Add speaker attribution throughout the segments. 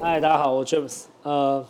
Speaker 1: 嗨，大家好，我 James。呃，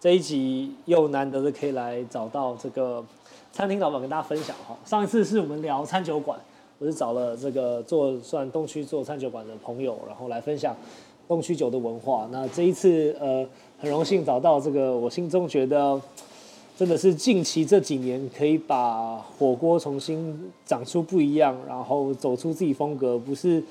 Speaker 1: 这一集又难得的可以来找到这个餐厅老板跟大家分享哈。上一次是我们聊餐酒馆，我是找了这个做算东区做餐酒馆的朋友，然后来分享东区酒的文化。那这一次呃，很荣幸找到这个我心中觉得真的是近期这几年可以把火锅重新长出不一样，然后走出自己风格，不是。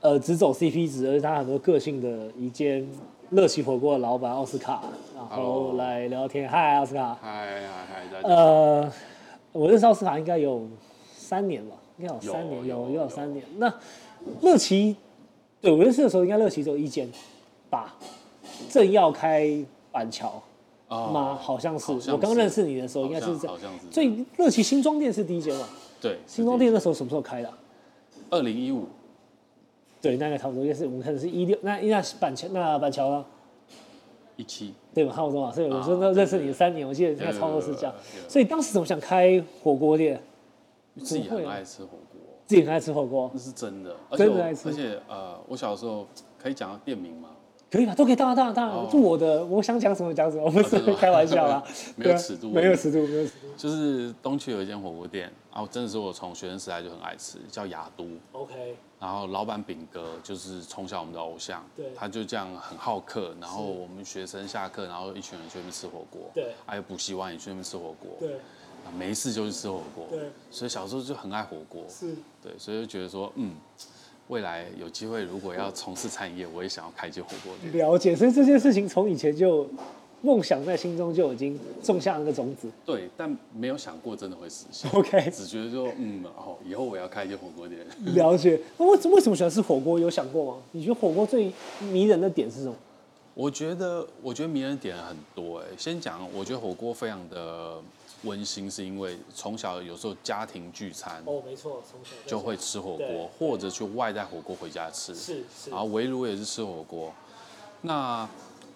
Speaker 1: 呃，只走 CP 值，而是他很多个性的一间乐奇火锅的老板奥斯卡，然后
Speaker 2: Hello
Speaker 1: 来聊天。嗨，奥斯卡。
Speaker 2: 嗨嗨嗨，大家
Speaker 1: 呃，我认识奥斯卡应该有三年吧，应该有三年，
Speaker 2: 有
Speaker 1: 有
Speaker 2: 有
Speaker 1: 也有
Speaker 2: 有
Speaker 1: 三年。那乐奇，对我认识的时候，应该乐奇只有一间吧，正要开板桥
Speaker 2: 啊
Speaker 1: 吗？好像是。
Speaker 2: 好像
Speaker 1: 我刚
Speaker 2: 是
Speaker 1: 认识你的时候，应该是
Speaker 2: 好像
Speaker 1: 这样
Speaker 2: 好。像是
Speaker 1: 所以乐奇新庄店是第一间嘛？
Speaker 2: 对
Speaker 1: 新庄店那时候什么时候开的啊、
Speaker 2: 二零一五
Speaker 1: 对，那个差不多，应该是我们看的是一六，那那板桥那板桥呢？啊
Speaker 2: 一七，
Speaker 1: 对吧？差不多嘛。所以我
Speaker 2: 啊
Speaker 1: 说那
Speaker 2: 对
Speaker 1: 认识你三年，我记得应该超多是这样。所以当时怎么想开火锅店？
Speaker 2: 自己
Speaker 1: 怎么会
Speaker 2: 很
Speaker 1: 啊
Speaker 2: 爱吃火锅，
Speaker 1: 自己很爱吃火锅
Speaker 2: 那，是真的，而且
Speaker 1: 真的
Speaker 2: 我
Speaker 1: 爱吃
Speaker 2: 而且呃，我小时候可以讲到店名吗？
Speaker 1: 可以吧？都可以，当然当然当然，
Speaker 2: 哦
Speaker 1: 就我的，我想讲什么讲什么，我不是
Speaker 2: 真的吗。
Speaker 1: 开玩笑啦
Speaker 2: 没有
Speaker 1: 对啊
Speaker 2: 尺度
Speaker 1: 没有尺度，没有尺度。
Speaker 2: 就是东区有一间火锅店，然后真的是我从学生时代就很爱吃，叫雅都。
Speaker 1: OK，
Speaker 2: 然后老板炳哥就是从小我们的偶像，
Speaker 1: 对
Speaker 2: 他就这样很好客，然后我们学生下课，然后一群人去那边吃火锅，
Speaker 1: 对
Speaker 2: 还有补习完也去那边吃火锅，
Speaker 1: 对
Speaker 2: 啊，没事就去吃火锅，
Speaker 1: 对，
Speaker 2: 所以小时候就很爱火锅，
Speaker 1: 是
Speaker 2: 对，所以就觉得说，嗯，未来有机会如果要从事餐饮业，我也想要开一间火锅店。
Speaker 1: 了解。所以这件事情从以前就梦想在心中就已经种下那个种子。
Speaker 2: 对，但没有想过真的会实现，
Speaker 1: OK，
Speaker 2: 只觉得说，嗯，哦，以后我要开一间火锅店。
Speaker 1: 了解。那为为什么喜欢吃火锅？有想过吗？你觉得火锅最迷人的点是什么？
Speaker 2: 我觉得，我觉得迷人点很多哎、先讲，我觉得火锅非常的温馨，是因为从小有时候家庭聚餐
Speaker 1: 哦，没错，从小
Speaker 2: 就会吃火
Speaker 1: 对
Speaker 2: 锅，或者去外带火锅回家吃。
Speaker 1: 是是
Speaker 2: 然后围炉也是吃火锅。那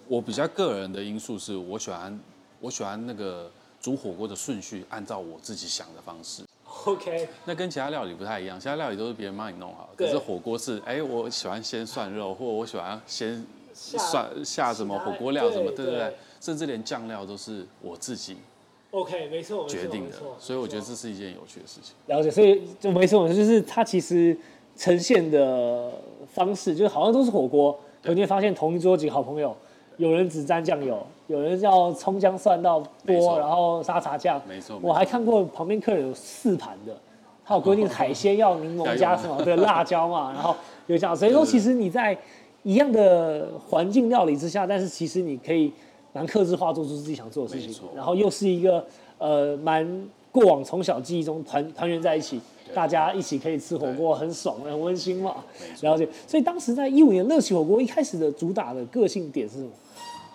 Speaker 2: 我比较个人的因素是我喜欢我喜欢那个煮火锅的顺序，按照我自己想的方式。
Speaker 1: OK，
Speaker 2: 那跟其他料理不太一样，其他料理都是别人帮你弄好，可
Speaker 1: 对
Speaker 2: 是火锅是，哎、我喜欢先涮肉，或我喜欢先
Speaker 1: 下
Speaker 2: 涮下什么火锅料
Speaker 1: 对
Speaker 2: 什么，对
Speaker 1: 对
Speaker 2: 对对，甚至连酱料都是我自己
Speaker 1: OK，没错，没错
Speaker 2: 决定
Speaker 1: 没
Speaker 2: 的
Speaker 1: 错，
Speaker 2: 所以我觉得这是一件有趣的事情。
Speaker 1: 了解，所以就没错，就是它其实呈现的方式，就好像都是火锅，可你会发现同一桌几个好朋友，有人只沾酱油，有人要葱姜蒜到
Speaker 2: 没
Speaker 1: 多，
Speaker 2: 错
Speaker 1: 然后沙茶酱，
Speaker 2: 没错没错
Speaker 1: 我还看过旁边客人有四盘的，他有规 定海鲜要柠檬加
Speaker 2: 要
Speaker 1: 什么，对，辣椒嘛，然后有这样，所以说其实你在一样的环境料理之下，但是其实你可以蛮克制化做出自己想做的事
Speaker 2: 没
Speaker 1: 情
Speaker 2: 错，
Speaker 1: 然后又是一个呃蛮过往从小记忆中团团圆在一起，
Speaker 2: 对
Speaker 1: 大家一起可以吃火锅，很爽，很温馨嘛。
Speaker 2: 没错
Speaker 1: 了解，所以当时在一五年乐起火锅一开始的主打的个性点是什么？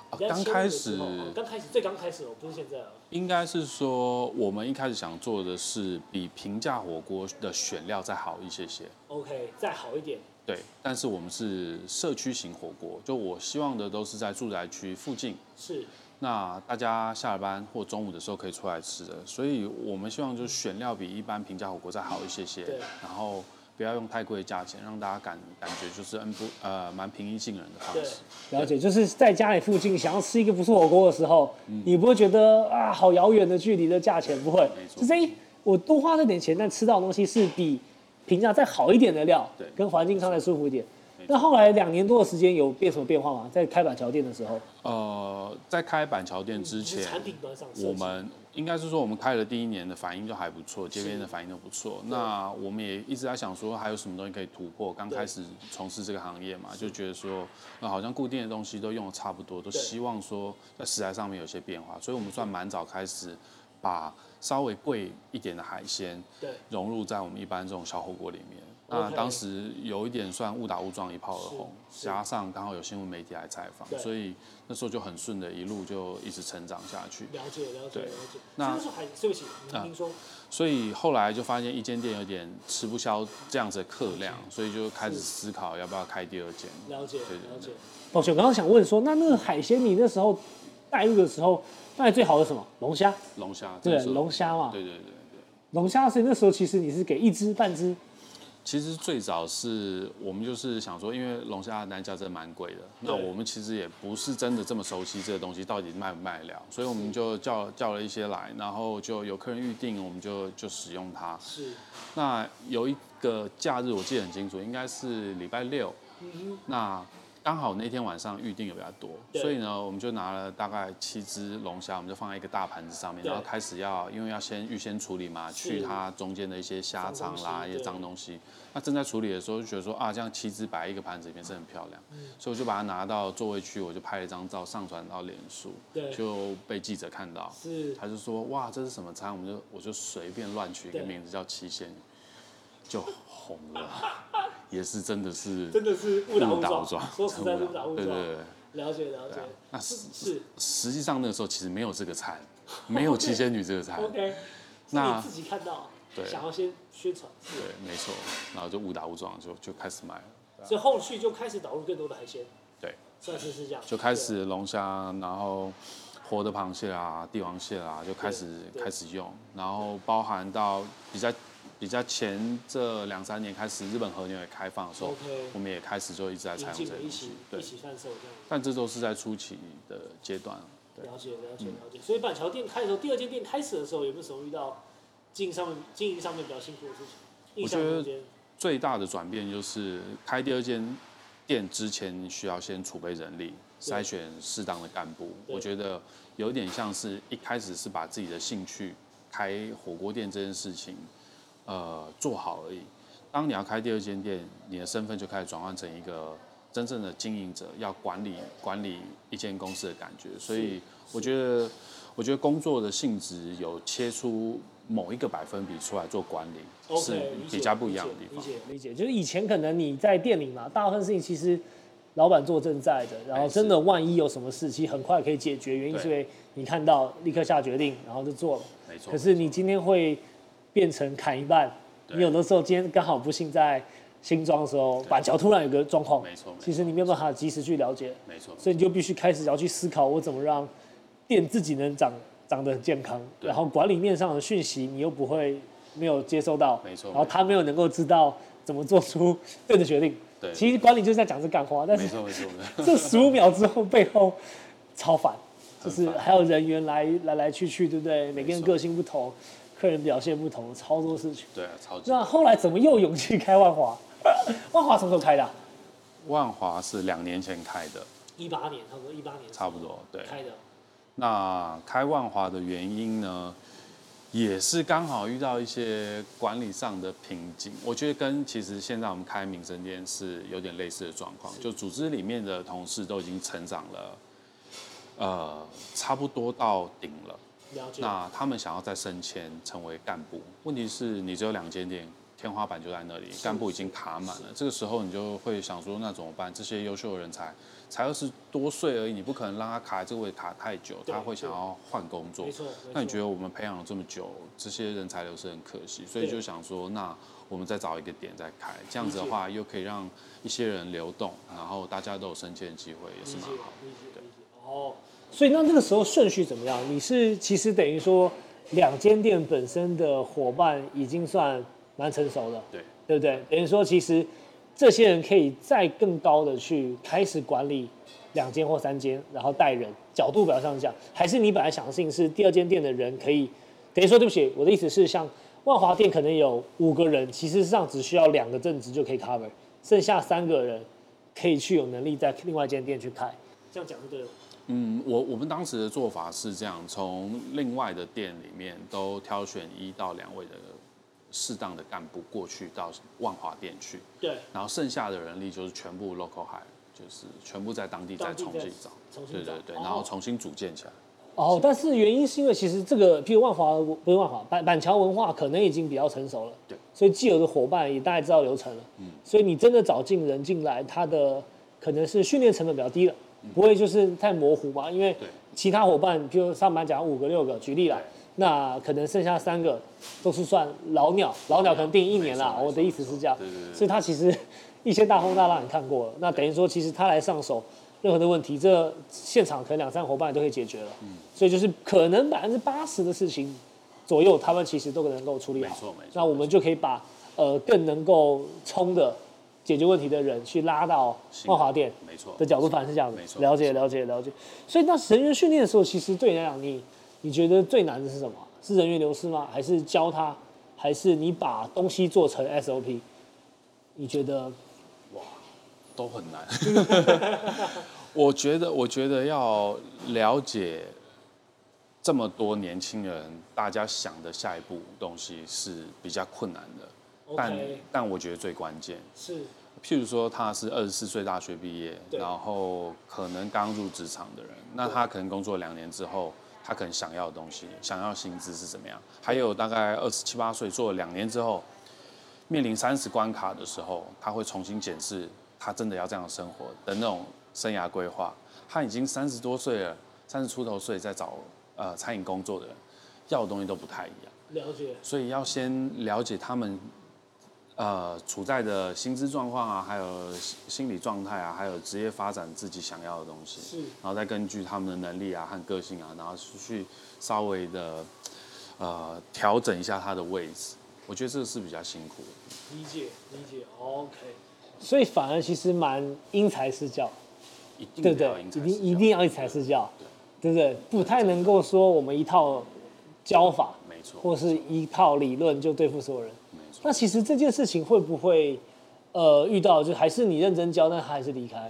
Speaker 2: 啊刚开始
Speaker 1: 哦刚开始最刚开始哦，不是现在哦。
Speaker 2: 应该是说，我们一开始想做的是比平价火锅的选料再好一些些，
Speaker 1: OK，再好一点。
Speaker 2: 对，但是我们是社区型火锅，就我希望的都是在住宅区附近。
Speaker 1: 是
Speaker 2: 那大家下了班或中午的时候可以出来吃的，所以我们希望就是选料比一般平价火锅再好一些些
Speaker 1: 对，
Speaker 2: 然后不要用太贵的价钱，让大家感感觉就是嗯不呃蛮平易近人的方
Speaker 3: 对
Speaker 2: 式。
Speaker 1: 了解，就是在家里附近想要吃一个不错火锅的时候，
Speaker 3: 嗯
Speaker 1: 你不会觉得啊好遥远的距离的价钱，不会，
Speaker 2: 错
Speaker 1: 就是哎我多花这点钱，但吃到的东西是比平价再好一点的料
Speaker 2: 对，
Speaker 1: 跟环境上再舒服一点。那后来两年多的时间有变什么变化吗？在开板桥店的时候，
Speaker 2: 呃，在开板桥店之
Speaker 3: 嗯是
Speaker 2: 前，
Speaker 3: 产品端上设计，
Speaker 2: 我们应该是说，我们开了第一年的反应就还不错，街边的反应都不错。那我们也一直在想说，还有什么东西可以突破？刚开始从事这个行业嘛，就觉得说，那好像固定的东西都用的差不多，都希望说在食材上面有些变化。所以我们算蛮早开始把稍微贵一点的海鲜
Speaker 3: 对
Speaker 2: 融入在我们一般这种小火锅里面。那
Speaker 3: OK
Speaker 2: 当时有一点算误打误撞一炮而红，
Speaker 3: 是
Speaker 2: 加上刚好有新闻媒体来采访，
Speaker 3: 对
Speaker 2: 所以那时候就很顺的一路就一直成长下去。
Speaker 3: 了解了解
Speaker 2: 对
Speaker 3: 了解。
Speaker 2: 那
Speaker 3: 虽然说还对不起，您您说
Speaker 2: 所以后来就发现一间店有点吃不消这样子的客量，所以就开始思考要不要开第二间。
Speaker 3: 了解
Speaker 2: 对
Speaker 3: 了解。
Speaker 1: 抱歉，我刚刚想问说，那那个海鲜你那时候带入的时候，卖最好的是什么？龙虾，
Speaker 2: 龙虾，
Speaker 1: 对
Speaker 2: 这是
Speaker 1: 龙虾嘛，
Speaker 2: 对对对对，
Speaker 1: 龙虾，所以那时候其实你是给一只半只，
Speaker 2: 其实最早是我们就是想说，因为龙虾的单价真的蛮贵的，那我们其实也不是真的这么熟悉这个东西到底卖不卖得了，所以我们就叫叫了一些来，然后就有客人预定，我们就就使用它。
Speaker 3: 是，
Speaker 2: 那有一个假日我记得很清楚，应该是礼拜六，
Speaker 3: 嗯
Speaker 2: 那刚好那天晚上预定有比较多，
Speaker 3: 对
Speaker 2: 所以呢，我们就拿了大概七只龙虾，我们就放在一个大盘子上面，
Speaker 3: 对
Speaker 2: 然后开始要因为要先预先处理嘛，
Speaker 3: 是
Speaker 2: 去它中间的一些虾肠
Speaker 3: 脏东
Speaker 2: 啦、
Speaker 3: 西
Speaker 2: 一些脏东西。那正在处理的时候就觉得说啊，这样七只摆一个盘子里面是很漂亮，
Speaker 3: 嗯
Speaker 2: 所以我就把它拿到座位区，我就拍了一张照上传到脸书
Speaker 3: 对，
Speaker 2: 就被记者看到
Speaker 3: 哼，，是
Speaker 2: 他就说哇这是什么餐？我们就我就随便乱取一个
Speaker 3: 对
Speaker 2: 名字叫七仙鱼，就红了， 也是真的是
Speaker 3: 真的是误打
Speaker 2: 误打
Speaker 3: 撞
Speaker 2: 误撞，，
Speaker 3: 说实在是误打误
Speaker 2: 对对
Speaker 3: 撞，
Speaker 2: 对。
Speaker 3: 了解了解
Speaker 2: 对啊，那
Speaker 3: 是
Speaker 2: 是
Speaker 3: 是
Speaker 2: 实际上那个时候其实没有这 个菜，没有七仙女这个菜，
Speaker 3: OK，是
Speaker 2: 那
Speaker 3: 你自己看到，
Speaker 2: 对
Speaker 3: 想要先宣传，
Speaker 2: 对
Speaker 3: 是，
Speaker 2: 没错。然后就误打误撞就就开始买了，
Speaker 3: 所以后续就开始导入更多的海鲜，
Speaker 2: 啊对，
Speaker 3: 算是是这样，
Speaker 2: 就开始龙虾，然后活的螃蟹啊、帝王蟹啊，就开始
Speaker 3: 对对
Speaker 2: 开始用，然后包含到比较比较前这两三年开始日本和牛也开放的时候
Speaker 3: OK
Speaker 2: 我们也开始就一直在
Speaker 3: 对啊
Speaker 2: 采
Speaker 3: 引
Speaker 2: 用这
Speaker 3: 进
Speaker 2: 些
Speaker 3: 了一
Speaker 2: 东西
Speaker 3: 起，
Speaker 2: 对
Speaker 3: 一。起贩售这
Speaker 2: 但这都是在初期的阶段，对嗯
Speaker 3: 样，了解了解了解。所以板桥店开的时候，第二间店开始的时候，有没有什么遇到经营上面经营上面比较辛苦的事情？印象中间
Speaker 2: 最大的转变就是开第二间店之前，需要先储备人力，
Speaker 3: 对
Speaker 2: 筛选适当的干部。
Speaker 3: 对
Speaker 2: 我觉得有点像是一开始是把自己的兴趣开火锅店这件事情，呃，做好而已。当你要开第二间店，你的身份就开始转换成一个真正的经营者，要管理管理一间公司的感觉。所以我觉得，我觉得工作的性质有切出某一个百分比出来做管理
Speaker 3: OK，
Speaker 2: 是
Speaker 3: 理解
Speaker 2: 比较不一样的地
Speaker 3: 理
Speaker 2: 方。
Speaker 3: 解理解
Speaker 1: 理解，就是以前可能你在店里嘛，大部分事情其实老板做正在的，然后
Speaker 2: 哎是
Speaker 1: 真的万一有什么事，其实很快可以解决，原因
Speaker 2: 对
Speaker 1: 是因为你看到立刻下决定，然后就做了。
Speaker 2: 没错
Speaker 1: 可。是你今天会变成砍一半，
Speaker 2: 对
Speaker 1: 你有的时候今天刚好不幸在新庄的时候，板桥突然有个状况，
Speaker 2: 没错没错
Speaker 1: 其实你没有办法及时去了解，
Speaker 2: 没错，
Speaker 1: 所以你就必须开始要去思考，我怎么让店自己能长长得很健康，
Speaker 2: 对
Speaker 1: 然后管理面上的讯息你又不会没有接收到，
Speaker 2: 没错
Speaker 1: 然后他没有能够知道怎么做出 对的决定。
Speaker 2: 对，
Speaker 1: 其实管理就是在讲这干话，但
Speaker 2: 没
Speaker 1: 是
Speaker 2: 错没错，没错
Speaker 1: 这十五秒之后背后超烦，就是
Speaker 2: 很烦
Speaker 1: 还有人员来来来去去，对不对？每个人
Speaker 2: 没错
Speaker 1: 个性不同，客人表现不同，超多事情。
Speaker 2: 对啊，超级。
Speaker 1: 那后来怎么又勇气开万华？ 万华什么时候开的啊、
Speaker 2: 万华是两年前开的，
Speaker 3: 一八年，差不多一八年
Speaker 2: 差不多对。
Speaker 3: 开的，
Speaker 2: 那开万华的原因呢，也是刚好遇到一些管理上的瓶颈。我觉得跟其实现在我们开民生店是有点类似的状况，就组织里面的同事都已经成长了，呃，差不多到顶了。
Speaker 3: 了解。
Speaker 2: 那他们想要再升迁成为干部，问题是你只有两间店，天花板就在那里，干部已经卡满了。这个时候你就会想说，那怎么办？这些优秀的人才才二十多岁而已，你不可能让他卡这个位卡太久，
Speaker 3: 对
Speaker 2: 他会想要换工作
Speaker 3: 没。错，没
Speaker 2: 那你
Speaker 3: 错
Speaker 2: 觉得我们培养了这么久，这些人才流失很可惜，所以
Speaker 3: 对
Speaker 2: 就想说，那我们再找一个点再开，这样子的话又可以让一些人流动，然后大家都有升迁的机会，也
Speaker 3: 理
Speaker 2: 是
Speaker 3: 解
Speaker 2: 蛮好的。
Speaker 3: 理解理解。哦，
Speaker 1: 所以那那个时候顺序怎么样？你是其实等于说两间店本身的伙伴已经算蛮成熟的，
Speaker 2: 对，
Speaker 1: 对不对？等于说其实这些人可以再更高的去开始管理两间或三间，然后带人。角度表上讲，还是你本来想的事情是第二间店的人可以，等于说对不起，我的意思是像万华店可能有五个人，其实上只需要两个正职就可以 cover，剩下三个人可以去有能力在另外一间店去开。
Speaker 3: 这样讲就对了。
Speaker 2: 嗯，我我们当时的做法是这样，从另外的店里面都挑选一到两位的适当的干部过去到万华店去，
Speaker 3: 对，
Speaker 2: 然后剩下的人力就是全部 local hire，就是全部在当地再
Speaker 3: 当地
Speaker 2: 重
Speaker 3: 再
Speaker 2: 新找，
Speaker 3: 重新
Speaker 2: 对
Speaker 3: 找
Speaker 2: 对对，
Speaker 3: 哦
Speaker 2: 然后重新组建起来。
Speaker 1: 哦，但是原因是因为其实这个，譬如万华不是万华板板桥文化可能已经比较成熟了，
Speaker 2: 对，
Speaker 1: 所以既有的伙伴也大概知道流程了，嗯，所以你真的找进人进来，他的可能是训练成本比较低了，不会就是太模糊吧，因为
Speaker 2: 对
Speaker 1: 其他伙伴，譬如上班讲五个六个，举例来
Speaker 2: 对，
Speaker 1: 那可能剩下三个都是算老鸟，老鸟可能定一年啦
Speaker 2: 没，错
Speaker 1: 我的意思是这样，
Speaker 2: 对对对对
Speaker 1: 所以他其实一些大风大浪你看过了，那等于说其实他来上手。任何的问题，这现场可能两三个伙伴都可以解决了。
Speaker 2: 嗯
Speaker 1: 所以就是可能百分之八十的事情左右，他们其实都能够处理好。
Speaker 2: 没错没错
Speaker 1: 那我们就可以把呃更能够冲的解决问题的人去拉到
Speaker 2: 新的
Speaker 1: 万华店
Speaker 2: 没错
Speaker 1: 的角度，反而是这样的
Speaker 2: 没。错
Speaker 1: 了解了解了解。所以那人员训练的时候，其实对你来讲，你你觉得最难的是什么？是人员流失吗？还是教他？还是你把东西做成 SOP？你觉得
Speaker 2: 都很难。 我觉得，我觉得要了解这么多年轻人，大家想的下一步东西是比较困难的，但
Speaker 3: OK，
Speaker 2: 但我觉得最关键。
Speaker 3: 是
Speaker 2: 譬如说他是二十四岁大学毕业，
Speaker 3: 对
Speaker 2: 然后可能刚入职场的人，那他可能工作两年之后，他可能想要的东西，想要薪资是怎么样？还有大概二十七八岁做了两年之后，面临三十关卡的时候，他会重新检视他真的要这样生活的那种生涯规划。他已经三十多岁了，三十出头岁在找呃餐饮工作的人，要的东西都不太一样。
Speaker 3: 了解，
Speaker 2: 所以要先了解他们，呃，处在的薪资状况啊，还有心心理状态啊，还有职业发展自己想要的东西，
Speaker 3: 是
Speaker 2: 然后再根据他们的能力啊和个性啊，然后去稍微的呃调整一下他的位置。我觉得这个是比较辛苦的，
Speaker 3: 理解理解，OK，
Speaker 1: 所以反而其实蛮因材施教，
Speaker 2: 一
Speaker 1: 对
Speaker 2: 定
Speaker 1: 不
Speaker 2: 得
Speaker 1: 对
Speaker 2: 要因？材
Speaker 1: 一定
Speaker 2: 施教
Speaker 1: 一定要因材施教，对不对？不太能够说我们一套教法
Speaker 2: 没错，
Speaker 1: 或是一套理论就对付所有人。
Speaker 2: 没错
Speaker 1: 那。其实这件事情会不会呃遇到就还是你认真教，但他还是离开？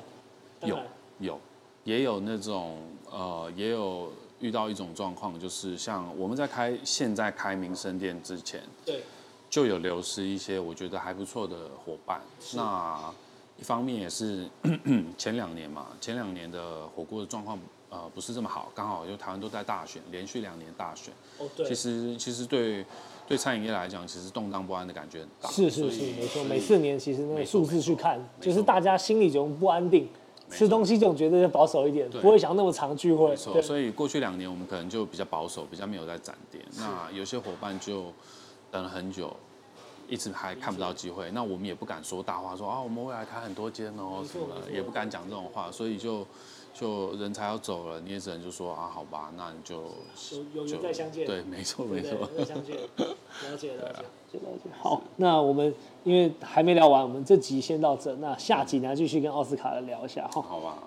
Speaker 3: 当
Speaker 2: 有
Speaker 3: 然
Speaker 2: 有，也有那种呃，也有遇到一种状况，就是像我们在开现在开民生店之前，
Speaker 3: 对，
Speaker 2: 就有流失一些我觉得还不错的伙伴。那一方面也是 前两年嘛，前两年的火锅的状况呃不是这么好，刚好就台湾都在大选，连续两年大选，
Speaker 3: 哦对
Speaker 2: 其，实其实对对餐饮业来讲，其实动荡不安的感觉很大。
Speaker 1: 是是
Speaker 2: 所
Speaker 1: 是
Speaker 2: 以，
Speaker 1: 没错。
Speaker 2: 所以
Speaker 1: 每四年其实那个
Speaker 2: 没错
Speaker 1: 数字去看
Speaker 2: 没，错
Speaker 1: 就是大家心里总不安定，
Speaker 2: 没错
Speaker 1: 吃东西总觉得要保守一点，
Speaker 2: 对
Speaker 1: 不会想那么长聚会。
Speaker 2: 没错，
Speaker 1: 对，
Speaker 2: 所以过去两年我们可能就比较保守，比较没有在展店。那有些伙伴就等了很久，一直还看不到机会。那我们也不敢说大话，说啊我们未来开很多间哦
Speaker 3: 没
Speaker 2: 什
Speaker 3: 错
Speaker 2: 么
Speaker 3: 没错
Speaker 2: 的，也不敢讲这种话，所以就就人才要走了，你也只能就说啊好吧，那你就
Speaker 3: 有有
Speaker 2: 就
Speaker 3: 缘再相见，
Speaker 2: 对，没错
Speaker 3: 对不
Speaker 2: 没错，啊
Speaker 3: 对？再相 见，了解了解，
Speaker 1: 好，那我们因为还没聊完，我们这集先到这，那下集呢继续跟奥斯卡来聊一下哈。
Speaker 2: 好吧。